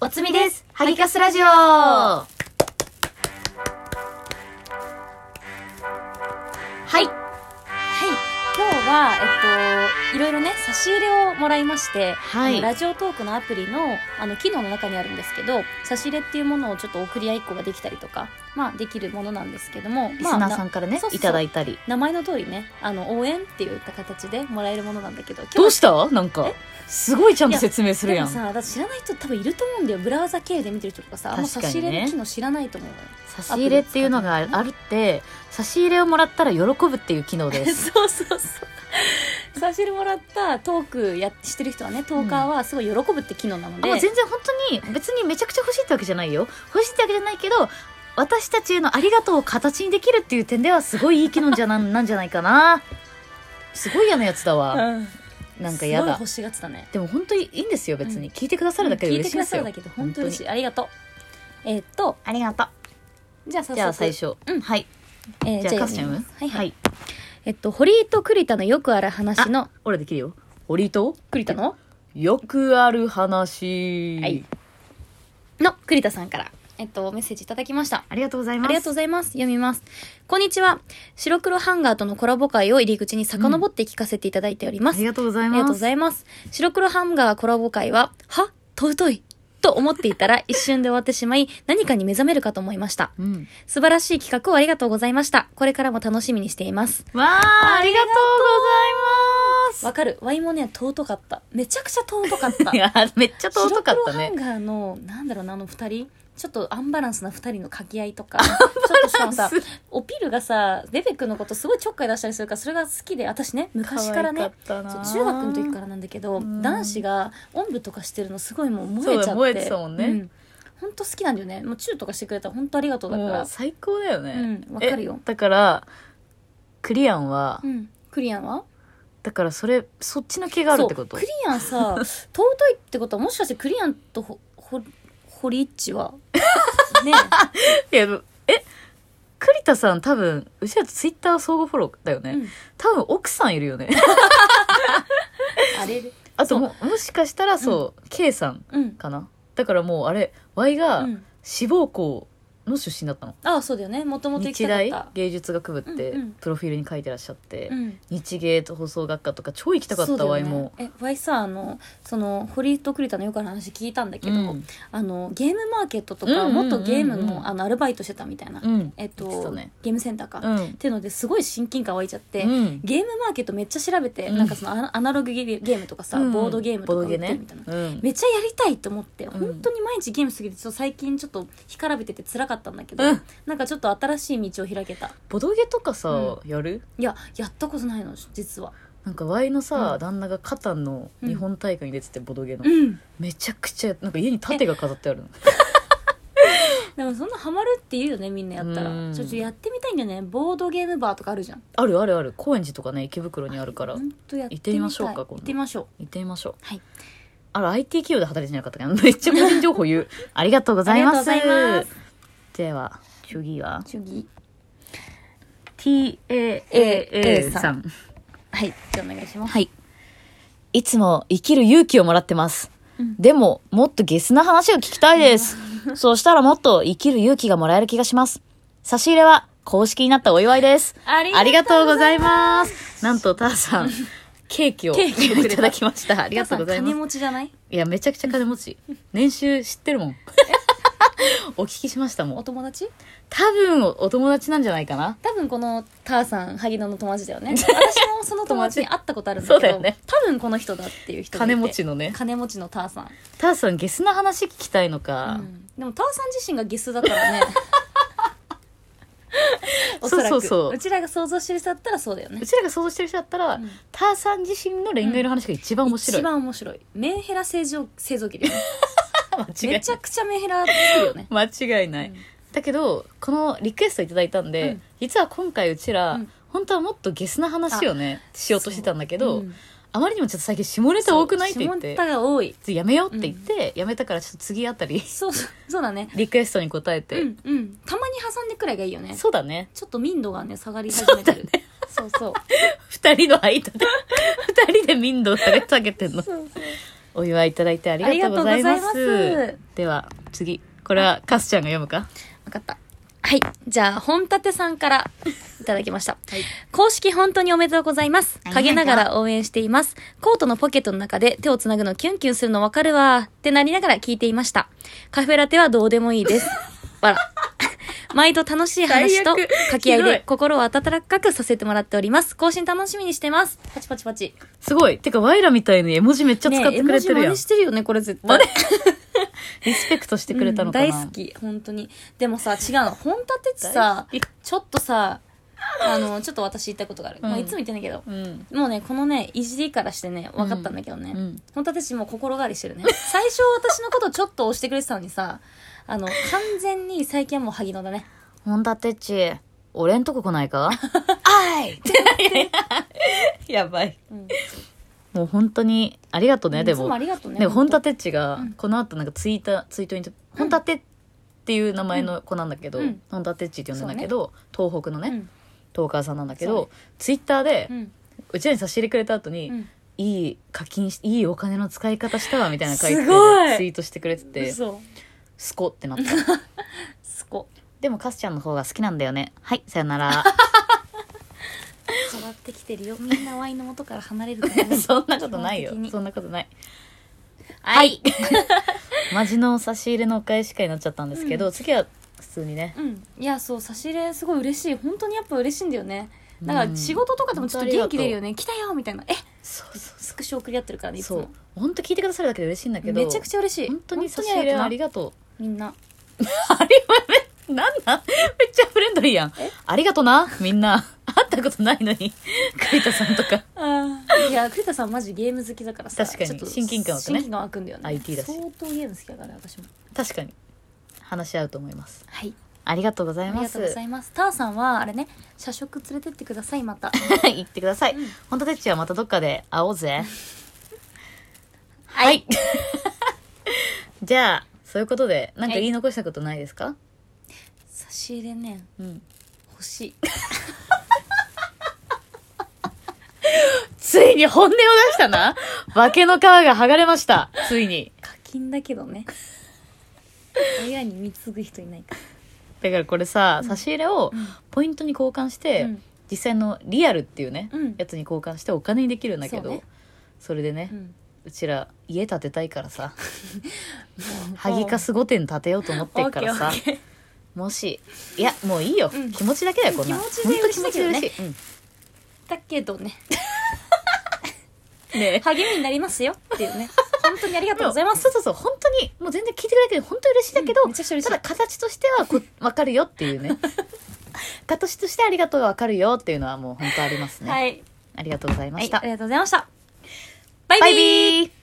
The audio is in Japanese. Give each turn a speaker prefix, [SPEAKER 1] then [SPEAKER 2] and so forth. [SPEAKER 1] おつみです。ハギカスラジオ。はい。
[SPEAKER 2] はい。今日は、えっと、いろいろね、差し入れをもらいまして、
[SPEAKER 1] はい
[SPEAKER 2] あのラジオトークのアプリの、あの、機能の中にあるんですけど、差し入れっていうものをちょっと送り合いっ個ができたりとか、まあ、できるものなんですけども、
[SPEAKER 1] リ
[SPEAKER 2] ま
[SPEAKER 1] ス
[SPEAKER 2] あ、
[SPEAKER 1] ナーさ
[SPEAKER 2] なん
[SPEAKER 1] からね
[SPEAKER 2] そう、そう
[SPEAKER 1] いただいたり。
[SPEAKER 2] 名前の通りね、あの、応援って言った形でもらえるものなんだけど、
[SPEAKER 1] どう
[SPEAKER 2] し
[SPEAKER 1] したなんか
[SPEAKER 2] え、
[SPEAKER 1] すごいちゃんと説明する
[SPEAKER 2] で
[SPEAKER 1] や
[SPEAKER 2] も
[SPEAKER 1] ん。
[SPEAKER 2] さ、私知らない人多分いると思うんだよ。ブラウザ経由で見てる人とかさ、あんま
[SPEAKER 1] 確
[SPEAKER 2] 差
[SPEAKER 1] か
[SPEAKER 2] し
[SPEAKER 1] にね
[SPEAKER 2] 入れの機能知らないと思うのよ。
[SPEAKER 1] 差し入れっていうのがあるって、差し入れをもらったら喜ぶっていう機能です。
[SPEAKER 2] そうそうそう。差し入れもらったトークやしてる人はね、トーカーはすごい喜ぶって機能なの
[SPEAKER 1] あ
[SPEAKER 2] で、
[SPEAKER 1] もう全然本当に別にめちゃくちゃ欲しいってわけじゃないよ。欲しいってわけじゃないけど、私たちへのありがとうを形にできるっていう点ではすごいいい機能じゃななんじゃないかな。すごい嫌なやつだわ。
[SPEAKER 2] うん
[SPEAKER 1] なんかや
[SPEAKER 2] すごい
[SPEAKER 1] だ
[SPEAKER 2] 欲。しがってたね
[SPEAKER 1] でも本当にいいんですよ別に、
[SPEAKER 2] うん
[SPEAKER 1] 聞いてくださるだけで
[SPEAKER 2] 聞い
[SPEAKER 1] 嬉
[SPEAKER 2] て
[SPEAKER 1] しい
[SPEAKER 2] く
[SPEAKER 1] で
[SPEAKER 2] だ
[SPEAKER 1] す
[SPEAKER 2] さ
[SPEAKER 1] よ
[SPEAKER 2] るだけで本当に嬉しいありがとうえーっと
[SPEAKER 1] ありがと
[SPEAKER 2] じゃあ早速
[SPEAKER 1] じゃあ最初、
[SPEAKER 2] うん
[SPEAKER 1] はい
[SPEAKER 2] えー
[SPEAKER 1] じゃあカスタ
[SPEAKER 2] 読み
[SPEAKER 1] ム
[SPEAKER 2] ますはいはいえっと堀井と栗田のよくある話の
[SPEAKER 1] 俺できるよ堀と
[SPEAKER 2] 栗田の
[SPEAKER 1] よくある話
[SPEAKER 2] はいの栗田さんからえっとメッセージいただきました
[SPEAKER 1] ありがとうござい
[SPEAKER 2] あ
[SPEAKER 1] ます
[SPEAKER 2] りがとうございます。読みます。こんにちは。白黒ハンガーとのコラボ会を入り口に遡って聞かせていただいております。
[SPEAKER 1] ありがとうござい
[SPEAKER 2] ありがとう
[SPEAKER 1] ま
[SPEAKER 2] ご
[SPEAKER 1] す
[SPEAKER 2] ざいます。白黒ハンガーコラボ会は、は尊いと思っていたら一瞬で終わってしまい、何かに目覚めるかと思いました。
[SPEAKER 1] うん
[SPEAKER 2] 素晴らしい企画をありがとうございました。これからも楽しみにしています。
[SPEAKER 1] わあありがとうござい
[SPEAKER 2] わかる。ワイもね、尊かった。めちゃくちゃ尊かった。
[SPEAKER 1] ますいやめっちゃ尊かった
[SPEAKER 2] 白黒ハ
[SPEAKER 1] ね
[SPEAKER 2] ンガーの、なんだろうな、あの二人。ちょっとアンバランスな二人の掛け合いとか。ちょっとしかもさ、オピルがさ、ベベ君のことすごいちょっかい出したりするから、それが好きで、私ね、昔からね、
[SPEAKER 1] 可愛かった
[SPEAKER 2] そ
[SPEAKER 1] な
[SPEAKER 2] う中学の時からなんだけど、
[SPEAKER 1] うん
[SPEAKER 2] 男子がおんぶとかしてるのすごいもう燃えちゃって
[SPEAKER 1] そうだ燃えてたもんね
[SPEAKER 2] うん、ほんと好きなんだよねもうチューとかしてくれたら本当ありがとうだか
[SPEAKER 1] もう
[SPEAKER 2] ら
[SPEAKER 1] 最高だよね
[SPEAKER 2] うんわかるよ
[SPEAKER 1] えだからクリアンは、
[SPEAKER 2] うんクリアンは
[SPEAKER 1] だからそれそっちの気があるってこと
[SPEAKER 2] そうクリア ンさ尊いってことはもしかしてクリアンとホホホリッチ はね
[SPEAKER 1] いや、え、栗田さん多分、うちらとツイッター相互フォローだよね。
[SPEAKER 2] うん
[SPEAKER 1] 多分奥さんいるよね。
[SPEAKER 2] あれで
[SPEAKER 1] あとも、もしかしたらそう、K さん
[SPEAKER 2] うん
[SPEAKER 1] かな。だからもうあれ、Y
[SPEAKER 2] う
[SPEAKER 1] が
[SPEAKER 2] ん
[SPEAKER 1] 志望校の出身だったの。
[SPEAKER 2] あそうだよねもともと行き
[SPEAKER 1] 日
[SPEAKER 2] たかっ
[SPEAKER 1] 大
[SPEAKER 2] た
[SPEAKER 1] 芸術学部って
[SPEAKER 2] うんうん
[SPEAKER 1] プロフィールに書いてらっしゃって、
[SPEAKER 2] うん
[SPEAKER 1] 日芸と放送学科とか超行きたかったわ、
[SPEAKER 2] そうだよね
[SPEAKER 1] も。
[SPEAKER 2] えワイさあのその堀井と栗田のよくある話聞いたんだけ
[SPEAKER 1] う
[SPEAKER 2] ど、
[SPEAKER 1] ん
[SPEAKER 2] あのゲームマーケットと
[SPEAKER 1] うんうん
[SPEAKER 2] か
[SPEAKER 1] うんうん
[SPEAKER 2] 元ゲームのあのアルバイトしてたみたいな、
[SPEAKER 1] うん。
[SPEAKER 2] えっ
[SPEAKER 1] 言って
[SPEAKER 2] と
[SPEAKER 1] たね
[SPEAKER 2] ゲームセンターか、
[SPEAKER 1] う
[SPEAKER 2] っ
[SPEAKER 1] ん。
[SPEAKER 2] ていうのですごい親近感湧いちゃって、
[SPEAKER 1] うん。
[SPEAKER 2] ゲームマーケットめっちゃ調べて、
[SPEAKER 1] うん
[SPEAKER 2] なんかそのアナアナログゲゲームとかさ、ボードゲームとか売ってるみたいな、
[SPEAKER 1] ボードゲね。うん
[SPEAKER 2] めっちゃやりたいと思って、
[SPEAKER 1] ん
[SPEAKER 2] 本当に毎日ゲームすぎてちょっと最近ちょっと干からびてて辛かったんだけど、
[SPEAKER 1] うん
[SPEAKER 2] なんかちょっと新しい道を開けた
[SPEAKER 1] ボドゲとかさ、
[SPEAKER 2] う
[SPEAKER 1] やる
[SPEAKER 2] いややったことないの実は
[SPEAKER 1] なんか Y のさ、
[SPEAKER 2] うん
[SPEAKER 1] 旦那がカタンの日本大会に出てて、ボドゲの、
[SPEAKER 2] うん
[SPEAKER 1] めちゃくちゃなんか家に盾が飾ってあるの
[SPEAKER 2] でもそんなハマるって言うよねみんなやった
[SPEAKER 1] うん
[SPEAKER 2] らちょっとやってみたいんだよねボードゲームバーとかあるじゃん
[SPEAKER 1] あるあるある高円寺とかね池袋にあるから
[SPEAKER 2] ほ
[SPEAKER 1] 行
[SPEAKER 2] んとやって
[SPEAKER 1] 行っ
[SPEAKER 2] みたい
[SPEAKER 1] てみましょうか今度
[SPEAKER 2] 行ってみましょう
[SPEAKER 1] ってみましょう
[SPEAKER 2] はい
[SPEAKER 1] あら IT 企業で働いてなかったからめっちゃ個人情報 言うありがとうございます
[SPEAKER 2] ありがとうございます
[SPEAKER 1] では次は
[SPEAKER 2] 次
[SPEAKER 1] TAA
[SPEAKER 2] さん
[SPEAKER 1] さん
[SPEAKER 2] はいじゃあお願いします
[SPEAKER 1] はいいつも生きる勇気をもらってます
[SPEAKER 2] うん
[SPEAKER 1] でももっとゲスな話を聞きたい ですそうしたらもっと生きる勇気がもらえる気がします差し入れは公式になったお祝いですあ
[SPEAKER 2] あ
[SPEAKER 1] り
[SPEAKER 2] り
[SPEAKER 1] が
[SPEAKER 2] が
[SPEAKER 1] と
[SPEAKER 2] と
[SPEAKER 1] う
[SPEAKER 2] う
[SPEAKER 1] ご
[SPEAKER 2] ご
[SPEAKER 1] ざ
[SPEAKER 2] ざ
[SPEAKER 1] い
[SPEAKER 2] い
[SPEAKER 1] ます。なんと、ター さん、ケーキを
[SPEAKER 2] ケーキをくれた
[SPEAKER 1] いただきました。ありがとうございます。
[SPEAKER 2] 皆さん金持ちじゃない
[SPEAKER 1] いや、めちゃくちゃ金持ち。年収知ってるも ん。お聞きしましたも
[SPEAKER 2] お
[SPEAKER 1] ん。
[SPEAKER 2] 友達
[SPEAKER 1] 多分、お友達なんじゃないかな。
[SPEAKER 2] 多分このターさん萩野の友達だよ ね私もその友達に会ったことあるんだ
[SPEAKER 1] そうだ
[SPEAKER 2] け
[SPEAKER 1] よ
[SPEAKER 2] ど
[SPEAKER 1] ね
[SPEAKER 2] 多分この人だっていう人がいて
[SPEAKER 1] 金持ちのね。
[SPEAKER 2] 金持ちのターさん、
[SPEAKER 1] ターさん、ゲスな話聞きたいのか
[SPEAKER 2] う。んでもターさん自身がゲスだからねおそら く
[SPEAKER 1] そうそうそう
[SPEAKER 2] うちらが想像してる人だったらそうだよね
[SPEAKER 1] うちらが想像してる人だったら
[SPEAKER 2] うん、
[SPEAKER 1] ターさん自身の恋愛の話が一番面白い。
[SPEAKER 2] 一番面白いメンヘラ製造製造機だよね
[SPEAKER 1] 間 違
[SPEAKER 2] め
[SPEAKER 1] い
[SPEAKER 2] ちゃくちゃメンヘラ作るよね
[SPEAKER 1] ない。間違いな
[SPEAKER 2] う
[SPEAKER 1] い
[SPEAKER 2] ん。
[SPEAKER 1] だけど、このリクエストいただいたんで、
[SPEAKER 2] うん
[SPEAKER 1] 実は今回うちら、
[SPEAKER 2] うん
[SPEAKER 1] 本当はもっとゲスな話をね、しようとしてたんだけど、
[SPEAKER 2] うん
[SPEAKER 1] あまりにもちょっと最近下ネタ多くないって言って、
[SPEAKER 2] 下ネタが多い
[SPEAKER 1] ちょっとやめようって言って、やめたからちょっと次あたり、
[SPEAKER 2] そうそうそうだね
[SPEAKER 1] リクエストに答え
[SPEAKER 2] う
[SPEAKER 1] て、
[SPEAKER 2] んうんたまに挟んでくらいがいいよね
[SPEAKER 1] そうだね。
[SPEAKER 2] ちょっと民度がね下がり始めてるそうそう
[SPEAKER 1] 二人の間で、二人で民度を下げて下げてんの。
[SPEAKER 2] そうそう
[SPEAKER 1] お祝いいただいてありがとうございます
[SPEAKER 2] ありがとうございます
[SPEAKER 1] では次これはカスちゃんが読むか
[SPEAKER 2] わかった。はい。じゃあ、本立さんからいただきました。
[SPEAKER 1] はい
[SPEAKER 2] 公式本当におめでとうございます。
[SPEAKER 1] ありがとう
[SPEAKER 2] 陰ながら応援しています。コートのポケットの中で手をつなぐのキュンキュンするのわかるわーってなりながら聞いていました。カフェラテはどうでもいい です。わら。毎度楽しい話と
[SPEAKER 1] 最悪
[SPEAKER 2] 掛け合い
[SPEAKER 1] ひどい
[SPEAKER 2] で心を温かくさせてもらっております。更新楽しみにしてます。パチパチパチ。
[SPEAKER 1] すごいてかワイラみたいに絵文字めっちゃ使ってくれてる
[SPEAKER 2] ね
[SPEAKER 1] や
[SPEAKER 2] え絵文字真
[SPEAKER 1] ん、
[SPEAKER 2] 似してるよね、これ絶対。
[SPEAKER 1] リスペクトしてくれたのかな、
[SPEAKER 2] うん大好き本当にでもさ違うの本立てってさ
[SPEAKER 1] 大好き
[SPEAKER 2] ちょっとさあのちょっと私言ったことがある、
[SPEAKER 1] うん
[SPEAKER 2] もういつも言ってんだけど
[SPEAKER 1] うん
[SPEAKER 2] もうねこのねいじりからしてね分かったんだけどね、
[SPEAKER 1] うん
[SPEAKER 2] 本立て氏も心変わりしてるね最初私のことちょっと押してくれてたのにさあの完全に最近はもう萩野だね
[SPEAKER 1] 本田てっち俺んとこ来ないか
[SPEAKER 2] あい
[SPEAKER 1] やばい
[SPEAKER 2] うん
[SPEAKER 1] もう本当にありがとうねで
[SPEAKER 2] いつも
[SPEAKER 1] も
[SPEAKER 2] ありがとうね
[SPEAKER 1] ね本
[SPEAKER 2] 当
[SPEAKER 1] 田てっちがこの後なんかツイータツイートに本田てっていう名前の子なんだけど、
[SPEAKER 2] うんうん
[SPEAKER 1] 本田てっちって呼んでんだけど、東北のね、
[SPEAKER 2] うん
[SPEAKER 1] トーカーさんなんだけ
[SPEAKER 2] そう
[SPEAKER 1] ど、
[SPEAKER 2] ね
[SPEAKER 1] ツイッターで、
[SPEAKER 2] う
[SPEAKER 1] うんちらに差し入れくれた後に、
[SPEAKER 2] うん
[SPEAKER 1] いい課金しいいお金の使い方したわみたいな書いて
[SPEAKER 2] すごい
[SPEAKER 1] ツイートしてくれてて
[SPEAKER 2] そう
[SPEAKER 1] スコってなった
[SPEAKER 2] すこ
[SPEAKER 1] でもカスちゃんの方が好きなんだよねはいさよな ら
[SPEAKER 2] 変わってきてるよみんなワインの元から離れるからね
[SPEAKER 1] そんなことないよ
[SPEAKER 2] 基本的に
[SPEAKER 1] そんなことない
[SPEAKER 2] はい
[SPEAKER 1] マジの差し入れのお返し会になっちゃったんですけど、次は普通にね
[SPEAKER 2] うん、いやそう差し入れすごい嬉しい本当にやっぱ嬉しいんだよねだか
[SPEAKER 1] う
[SPEAKER 2] ら
[SPEAKER 1] ん
[SPEAKER 2] 仕事とかでもちょっと元気出るよね来たよみたいなえ
[SPEAKER 1] そうそ
[SPEAKER 2] スクショ送り合ってるからね
[SPEAKER 1] う
[SPEAKER 2] いつ
[SPEAKER 1] そ
[SPEAKER 2] も
[SPEAKER 1] う本当聞いてくださるだけで嬉しいんだけど
[SPEAKER 2] めちゃくちゃ嬉しい
[SPEAKER 1] 本当に差し入れあり
[SPEAKER 2] が
[SPEAKER 1] がと
[SPEAKER 2] みんな
[SPEAKER 1] うなんなん めっちゃフレンドリーやん
[SPEAKER 2] え
[SPEAKER 1] ありがとなみんな 会ったことないのに栗田さんとか
[SPEAKER 2] あいや栗田さんマジゲーム好きだからさ
[SPEAKER 1] 確かに
[SPEAKER 2] ちょっと
[SPEAKER 1] 親近感湧くね
[SPEAKER 2] 親近感湧くんだよね
[SPEAKER 1] IT だし
[SPEAKER 2] 相当ゲーム好きだから私も
[SPEAKER 1] 確かに話し合うと思います
[SPEAKER 2] はい
[SPEAKER 1] ありがとうござ
[SPEAKER 2] あ
[SPEAKER 1] い
[SPEAKER 2] り
[SPEAKER 1] ま
[SPEAKER 2] が
[SPEAKER 1] す
[SPEAKER 2] とうございますターさんはあれね社食連れてってくださいまた
[SPEAKER 1] 行ってください、
[SPEAKER 2] うん
[SPEAKER 1] 本当てっちはまたどっかで会おうぜ
[SPEAKER 2] はい
[SPEAKER 1] じゃあそういうことでなんか言い残したことないですか、
[SPEAKER 2] 差し入れね
[SPEAKER 1] うん
[SPEAKER 2] 欲しい
[SPEAKER 1] ついに本音を出したな化けの皮が剥がれましたついに
[SPEAKER 2] 課金だけど ね親に貢ぐ人いないか
[SPEAKER 1] だからこれさ、差し入れを
[SPEAKER 2] ら、
[SPEAKER 1] ポイントに交換して、
[SPEAKER 2] うん
[SPEAKER 1] 実際のリアルっていうね、
[SPEAKER 2] うん
[SPEAKER 1] やつに交換してお金にできるんだけど
[SPEAKER 2] そ
[SPEAKER 1] そ,、
[SPEAKER 2] うね
[SPEAKER 1] れでね、
[SPEAKER 2] う
[SPEAKER 1] うんちら家建てたいから さ萩かす御殿建てようと思ってるからさ
[SPEAKER 2] オッケーオッケー
[SPEAKER 1] もしいやもういいよ、
[SPEAKER 2] うん
[SPEAKER 1] 気持ちだけだよこんなん
[SPEAKER 2] 気持ちで
[SPEAKER 1] 本当
[SPEAKER 2] 嬉しいけどね
[SPEAKER 1] 気持ちで嬉しい、うん
[SPEAKER 2] だけどね
[SPEAKER 1] ね
[SPEAKER 2] 励みになりますよっ ていうね本当にありがとうございま
[SPEAKER 1] す。
[SPEAKER 2] す
[SPEAKER 1] そうそうそう、本当に、もう全然聞いてくれてる本当に嬉しいんだけど、
[SPEAKER 2] うんめちゃくちゃ嬉しい
[SPEAKER 1] ただ形としてはこ、わかるよっていうね。形としてありがとうがわかるよっていうのはもう本当ありますね。
[SPEAKER 2] はい、
[SPEAKER 1] ありがとうございま
[SPEAKER 2] はい
[SPEAKER 1] し、た。
[SPEAKER 2] ありがとうございましたバイビー
[SPEAKER 1] バイビー